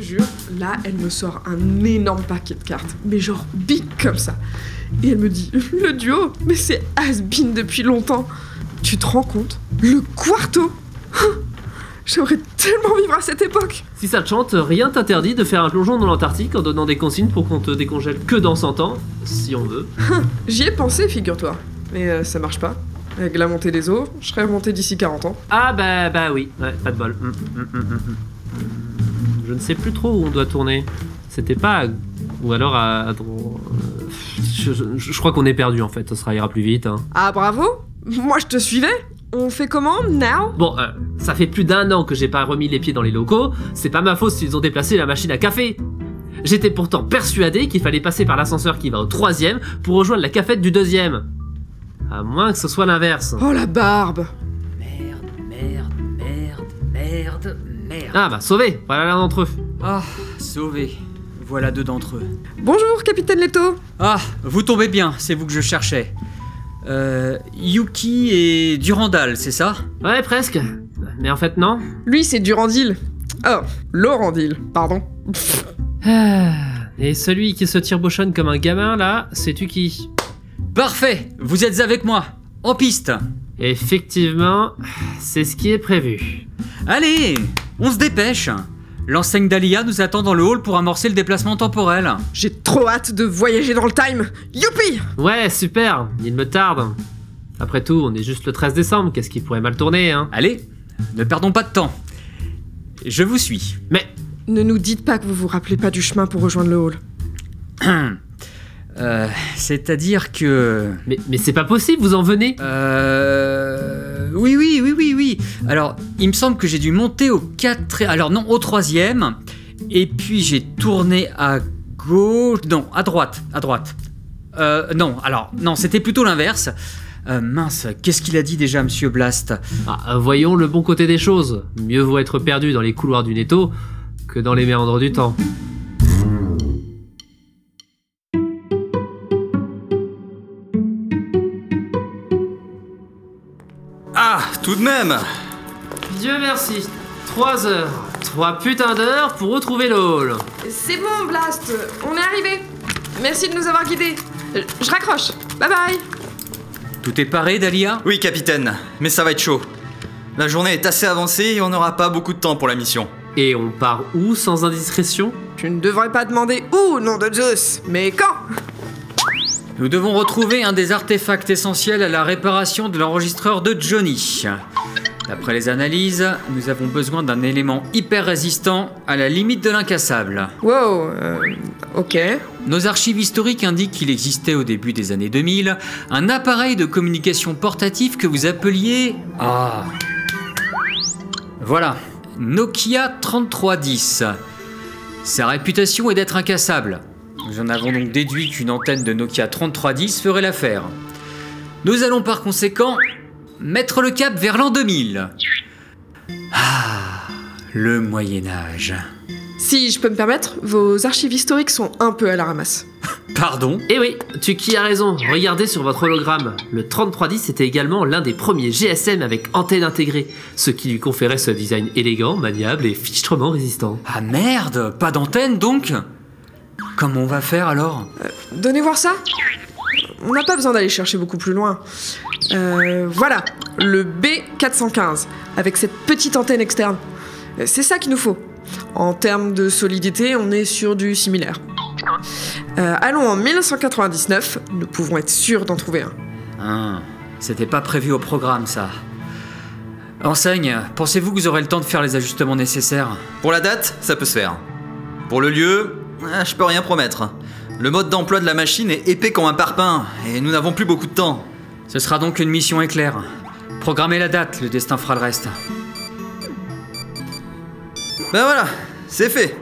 jure, là, elle me sort un énorme paquet de cartes, mais genre big comme ça. Et elle me dit Le duo, mais c'est has-been depuis longtemps. Tu te rends compte Le quarto J'aimerais tellement vivre à cette époque Si ça te chante, rien t'interdit de faire un plongeon dans l'Antarctique en donnant des consignes pour qu'on te décongèle que dans 100 ans, si on veut. J'y ai pensé, figure-toi. Mais euh, ça marche pas. Avec la montée des eaux, je serais remonté d'ici 40 ans. Ah bah bah oui, ouais, pas de bol. Hum, hum, hum, hum, hum. Je ne sais plus trop où on doit tourner. C'était pas... à- Ou alors à... à dro- euh, Je, je- je crois qu'on est perdu en fait, ça ira plus vite. hein. Ah bravo Moi je te suivais On fait comment now Bon, euh, ça fait plus d'un an que j'ai pas remis les pieds dans les locaux, c'est pas ma faute s'ils ont déplacé la machine à café. J'étais pourtant persuadé qu'il fallait passer par l'ascenseur qui va au troisième pour rejoindre la cafette du deuxième. À moins que ce soit l'inverse. Oh la barbe Merde, merde, merde, merde, merde. Ah bah sauvé, voilà l'un d'entre eux. Ah, sauvé. Voilà deux d'entre eux. Bonjour capitaine Leto Ah, vous tombez bien, c'est vous que je cherchais. Euh, Yuki et Durandal, c'est ça Ouais, presque. Mais en fait non. Lui c'est Durandil. Oh, Laurandil, pardon. Ah, Et celui qui se tire-bouchonne comme un gamin là, sais-tu qui Parfait, vous êtes avec moi, en piste. Effectivement, c'est ce qui est prévu. Allez, on se dépêche. L'enseigne d'Alia nous attend dans le hall pour amorcer le déplacement temporel. J'ai trop hâte de voyager dans le time Youpi Ouais, super, il me tarde. Après tout, on est juste le 13 décembre, qu'est-ce qui pourrait mal tourner, hein Allez, ne perdons pas de temps. Je vous suis. Mais Ne nous dites pas que vous vous rappelez pas du chemin pour rejoindre le hall. Euh, C'est-à-dire que... Mais, mais c'est pas possible, vous en venez Euh... Oui, oui, oui, oui, oui. Alors, il me semble que j'ai dû monter au 4... Alors non, au troisième. Et puis j'ai tourné à gauche... Non, à droite, à droite. Euh, non, alors, non, c'était plutôt l'inverse. Euh, mince, qu'est-ce qu'il a dit déjà, monsieur Blast Ah, euh, Voyons le bon côté des choses. Mieux vaut être perdu dans les couloirs du netto que dans les méandres du temps. Ah, tout de même Dieu merci. 3 heures. 3 putains d'heures pour retrouver le hall. C'est bon Blast, on est arrivé Merci de nous avoir guidés. Euh, Je raccroche. Bye bye Tout est paré, Dalia Oui, capitaine, mais ça va être chaud. La journée est assez avancée et on n'aura pas beaucoup de temps pour la mission. Et on part où sans indiscrétion Tu ne devrais pas demander où, nom de Zeus, mais quand Nous devons retrouver un des artefacts essentiels à la réparation de l'enregistreur de Johnny. D'après les analyses, nous avons besoin d'un élément hyper résistant à la limite de l'incassable. Wow, euh, ok. Nos archives historiques indiquent qu'il existait au début des années 2000 un appareil de communication portatif que vous appeliez... Ah Voilà, Nokia 3310. Sa réputation est d'être incassable. Nous en avons donc déduit qu'une antenne de Nokia 3310 ferait l'affaire. Nous allons par conséquent mettre le cap vers l'an 2000. Ah, le Moyen Âge. Si je peux me permettre, vos archives historiques sont un peu à la ramasse. Pardon Eh oui, tu qui as raison, regardez sur votre hologramme. Le 3310 était également l'un des premiers GSM avec antenne intégrée, ce qui lui conférait ce design élégant, maniable et fichtrement résistant. Ah merde, pas d'antenne donc Comment on va faire alors Donnez voir ça On n'a pas besoin d'aller chercher beaucoup plus loin. Euh, voilà, le B415, avec cette petite antenne externe. Euh, C'est ça qu'il nous faut. En termes de solidité, on est sur du similaire. Euh, allons en 1999, nous pouvons être sûrs d'en trouver un. Hein, C'était pas prévu au programme ça. Enseigne, pensez-vous que vous aurez le temps de faire les ajustements nécessaires Pour la date, ça peut se faire. Pour le lieu, euh, je peux rien promettre. Le mode d'emploi de la machine est épais comme un parpaing et nous n'avons plus beaucoup de temps. Ce sera donc une mission éclair. Programmez la date, le destin fera le reste. Ben voilà, c'est fait.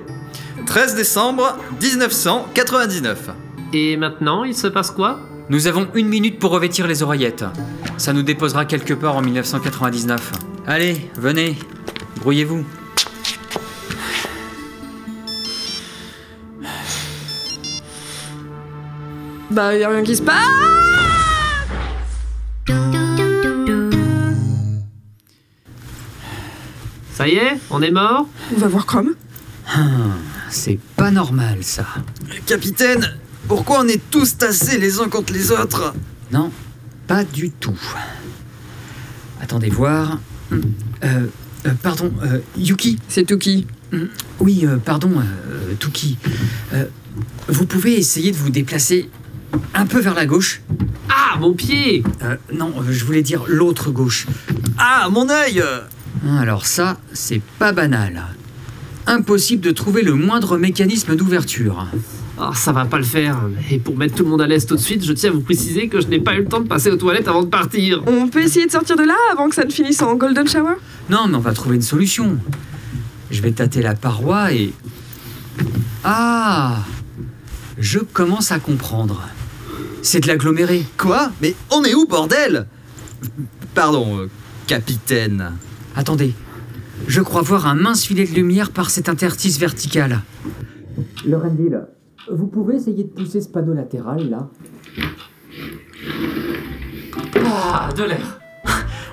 13 décembre 1999. Et maintenant, il se passe quoi Nous avons une minute pour revêtir les oreillettes. Ça nous déposera quelque part en 1999. Allez, venez, brouillez-vous. Bah, y a rien qui se passe Ça y est, on est mort On va voir Chrome. C'est pas normal ça. Capitaine, pourquoi on est tous tassés les uns contre les autres Non, pas du tout. Attendez voir. Hum, euh, euh, pardon, euh, Yuki. C'est tout qui Hum, Oui, euh, pardon, euh, Tuki. Euh, vous pouvez essayer de vous déplacer un peu vers la gauche Ah, mon pied Euh, Non, euh, je voulais dire l'autre gauche. Ah, mon œil Hein, Alors ça, c'est pas banal. Impossible de trouver le moindre mécanisme d'ouverture. Ah, ça va pas le faire. Et pour mettre tout le monde à l'aise tout de suite, je tiens à vous préciser que je n'ai pas eu le temps de passer aux toilettes avant de partir. On peut essayer de sortir de là avant que ça ne finisse en golden shower Non, mais on va trouver une solution. Je vais tâter la paroi et... Ah Je commence à comprendre. C'est de l'aggloméré. Quoi Mais on est où, bordel Pardon, euh, capitaine. Attendez. Je crois voir un mince filet de lumière par cet interstice vertical. Lorenville, vous pouvez essayer de pousser ce panneau latéral, là Ah, de l'air.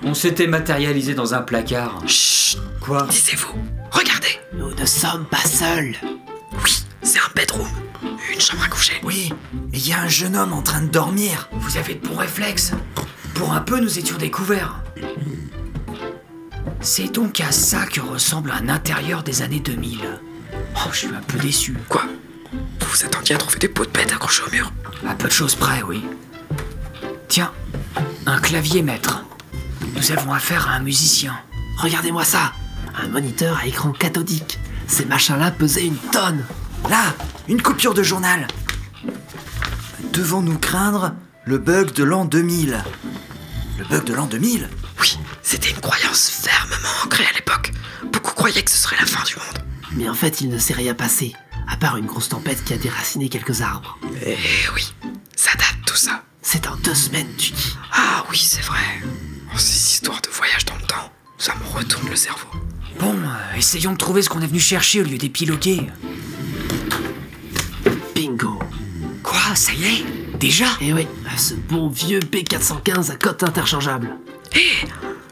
On s'était matérialisé dans un placard. Chut Quoi Taisez-vous Regardez Nous ne sommes pas seuls. Oui, c'est un bedroom Une chambre à coucher Oui, mais il y a un jeune homme en train de dormir. Vous avez de bons réflexes. Pour un peu, nous étions découverts. C'est donc à ça que ressemble un intérieur des années 2000. Oh, je suis un peu déçu. Quoi Vous vous attendiez à trouver des pots de bête accrochés au mur À peu de choses près, oui. Tiens, un clavier maître. Nous avons affaire à un musicien. Regardez-moi ça Un moniteur à écran cathodique. Ces machins-là pesaient une tonne Là, une coupure de journal. Devons-nous craindre le bug de l'an 2000 Le bug de l'an 2000 Oui, c'était une croyance fermement ancrée à l'époque. Beaucoup croyaient que ce serait la fin du monde. Mais en fait, il ne s'est rien passé, à part une grosse tempête qui a déraciné quelques arbres. Eh oui, ça date tout ça. C'est en deux semaines, tu dis. Ah oui, c'est vrai. En ces histoires de voyage dans le temps, ça me retourne le cerveau. Bon, euh, essayons de trouver ce qu'on est venu chercher au lieu d'épiloguer. Bingo Quoi, ça y est Déjà Et Eh oui, ce bon vieux B415 à cote interchangeable. Eh,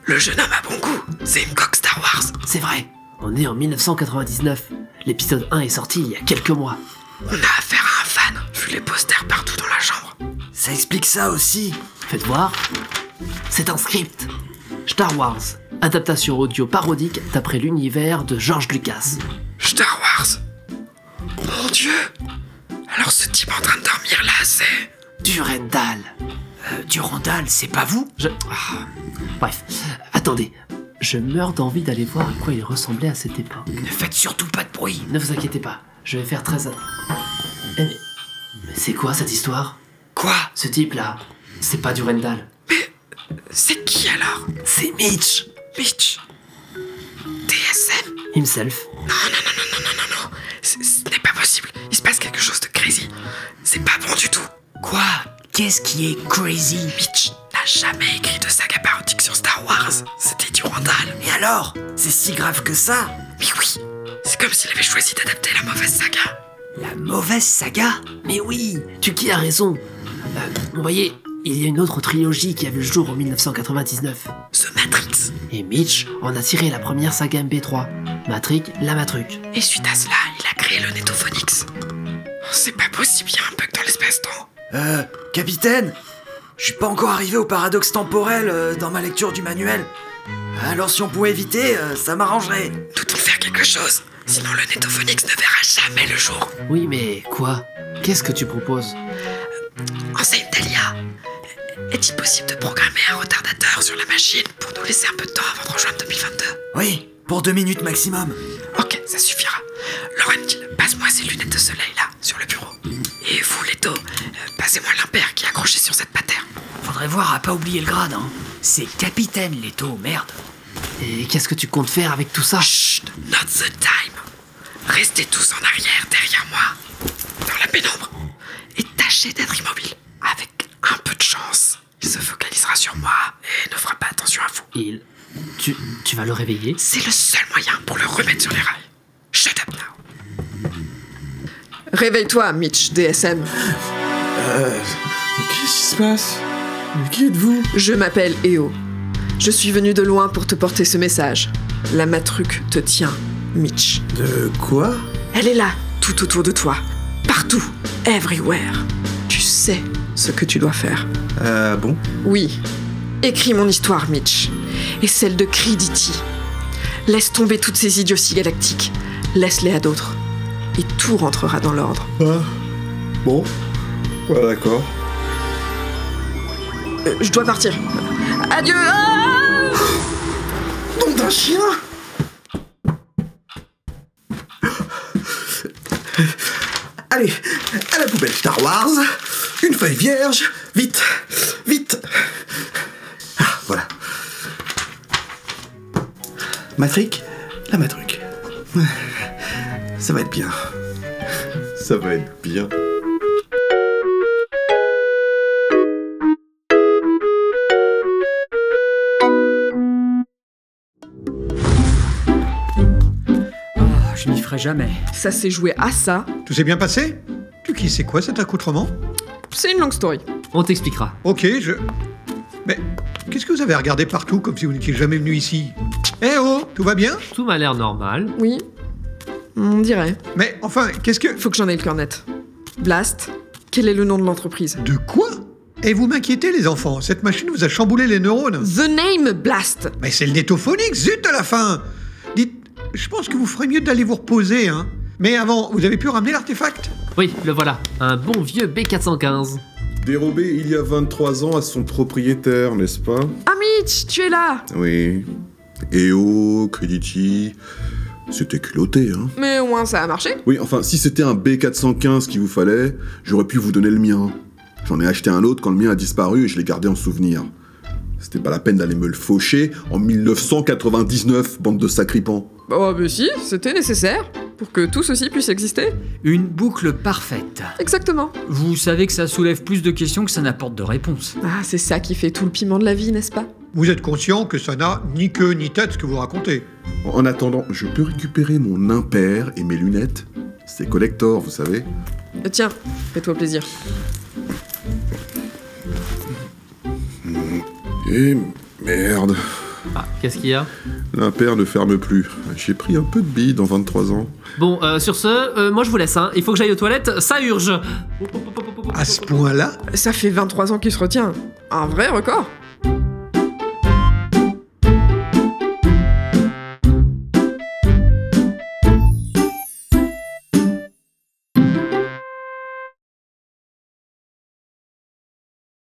Le jeune homme a bon goût. C'est une coque Star Wars. C'est vrai, on est en 1999. L'épisode 1 est sorti il y a quelques mois. On a affaire à un fan, vu les posters partout dans la chambre. Ça explique ça aussi. Faites voir. C'est un script. Star Wars, adaptation audio parodique d'après l'univers de George Lucas. Star Wars Mon dieu Alors ce type en train de dormir là, c'est... Durendal. Euh, Durandal, c'est pas vous Je... ah. Bref, attendez. Je meurs d'envie d'aller voir à quoi il ressemblait à cette époque. Ne faites surtout pas de bruit. Ne vous inquiétez pas, je vais faire très... a- Eh, Mais, mais c'est quoi cette histoire Quoi euh, Ce type-là, c'est pas Durendal. C'est qui alors C'est Mitch Mitch TSM Himself. C- Ce n'est pas possible. Il se passe quelque chose de crazy. C'est pas bon du tout. Quoi Qu'est-ce qui est crazy Mitch n'a jamais écrit de saga parodique sur Star Wars. C'était du Randall. Et alors C'est si grave que ça Mais oui, c'est comme s'il avait choisi d'adapter la mauvaise saga. La mauvaise saga Mais oui, Tuki a raison. Euh, vous voyez, il y a une autre trilogie qui a vu le jour en 1999. The Matrix. Et Mitch en a tiré la première saga MP3. Matric, la Matruc. Et suite à cela, il a créé le Netophonix. C'est pas possible, il y a un bug dans l'espace-temps. Euh, capitaine Je suis pas encore arrivé au paradoxe temporel euh, dans ma lecture du manuel. Alors si on pouvait éviter, euh, ça m'arrangerait. Nous devons faire quelque chose, sinon le Netophonix ne verra jamais le jour. Oui, mais quoi Qu'est-ce que tu proposes Enseigne Delia, est-il possible de programmer un retardateur sur la machine pour nous laisser un peu de temps avant de rejoindre 2022 Oui, pour deux minutes maximum. Ok, ça suffira. Laurentine, passe-moi ces lunettes de soleil là, sur le bureau. Et vous, Leto, euh, passez-moi l'impair qui est accroché sur cette patère. Faudrait voir à pas oublier le grade, hein. C'est capitaine, Leto, merde. Et qu'est-ce que tu comptes faire avec tout ça Chut, not the time. Restez tous en arrière, derrière moi, dans la pénombre. Et tâchez d'être immobile. Avec un peu de chance, il se focalisera sur moi et ne fera pas attention à vous. Il... Tu, tu vas le réveiller C'est le seul moyen pour le remettre sur les rails. Shut up now. Réveille-toi, Mitch DSM. Euh, Qu'est-ce qui se passe Mais Qui êtes-vous Je m'appelle Eo. Je suis venu de loin pour te porter ce message. La matruc te tient, Mitch. De quoi Elle est là, tout autour de toi, partout, everywhere. Tu sais ce que tu dois faire. Euh, bon Oui, écris mon histoire, Mitch, et celle de Cridity. Laisse tomber toutes ces idioties galactiques, laisse-les à d'autres, et tout rentrera dans l'ordre. Ah. Bon. Ouais, d'accord. Euh, je dois partir. Adieu Ah Nom d'un chien Allez, à la poubelle Star Wars, une feuille vierge, vite, vite Ah, voilà. Matric, la matruc. Ça va être bien. Ça va être bien. Ah, je m'y ferai jamais. Ça s'est joué à ça. Tout s'est bien passé Tu qui sais quoi cet accoutrement C'est une longue story. On t'expliquera. Ok, je. Mais qu'est-ce que vous avez regardé partout comme si vous n'étiez jamais venu ici Eh oh, tout va bien Tout m'a l'air normal. Oui, on dirait. Mais enfin, qu'est-ce que. Faut que j'en aie le cœur net. Blast, quel est le nom de l'entreprise De quoi Et vous m'inquiétez, les enfants, cette machine vous a chamboulé les neurones. The name Blast Mais c'est le netophonique, zut à la fin Dites, je pense que vous ferez mieux d'aller vous reposer, hein. Mais avant, vous avez pu ramener l'artefact Oui, le voilà. Un bon vieux B415. Dérobé il y a 23 ans à son propriétaire, n'est-ce pas Ah Mitch, tu es là Oui. Eh oh, Crediti. C'était culotté, hein Mais au moins ça a marché. Oui, enfin, si c'était un B415 qu'il vous fallait, j'aurais pu vous donner le mien. J'en ai acheté un autre quand le mien a disparu et je l'ai gardé en souvenir. C'était pas la peine d'aller me le faucher en 1999, bande de sacripants. Oh mais si, c'était nécessaire pour que tout ceci puisse exister. Une boucle parfaite. Exactement. Vous savez que ça soulève plus de questions que ça n'apporte de réponses. Ah, c'est ça qui fait tout le piment de la vie, n'est-ce pas Vous êtes conscient que ça n'a ni queue ni tête ce que vous racontez. En attendant, je peux récupérer mon impair et mes lunettes C'est collector, vous savez. Euh, Tiens, fais-toi plaisir. Eh merde, Ah, qu'est-ce qu'il y a l'impair ne ferme plus. J'ai pris un peu de bille dans 23 ans. Bon, euh, sur ce, euh, moi je vous laisse, hein. Il faut que j'aille aux toilettes, ça urge À ce point-là Ça fait 23 ans qu'il se retient. Un vrai record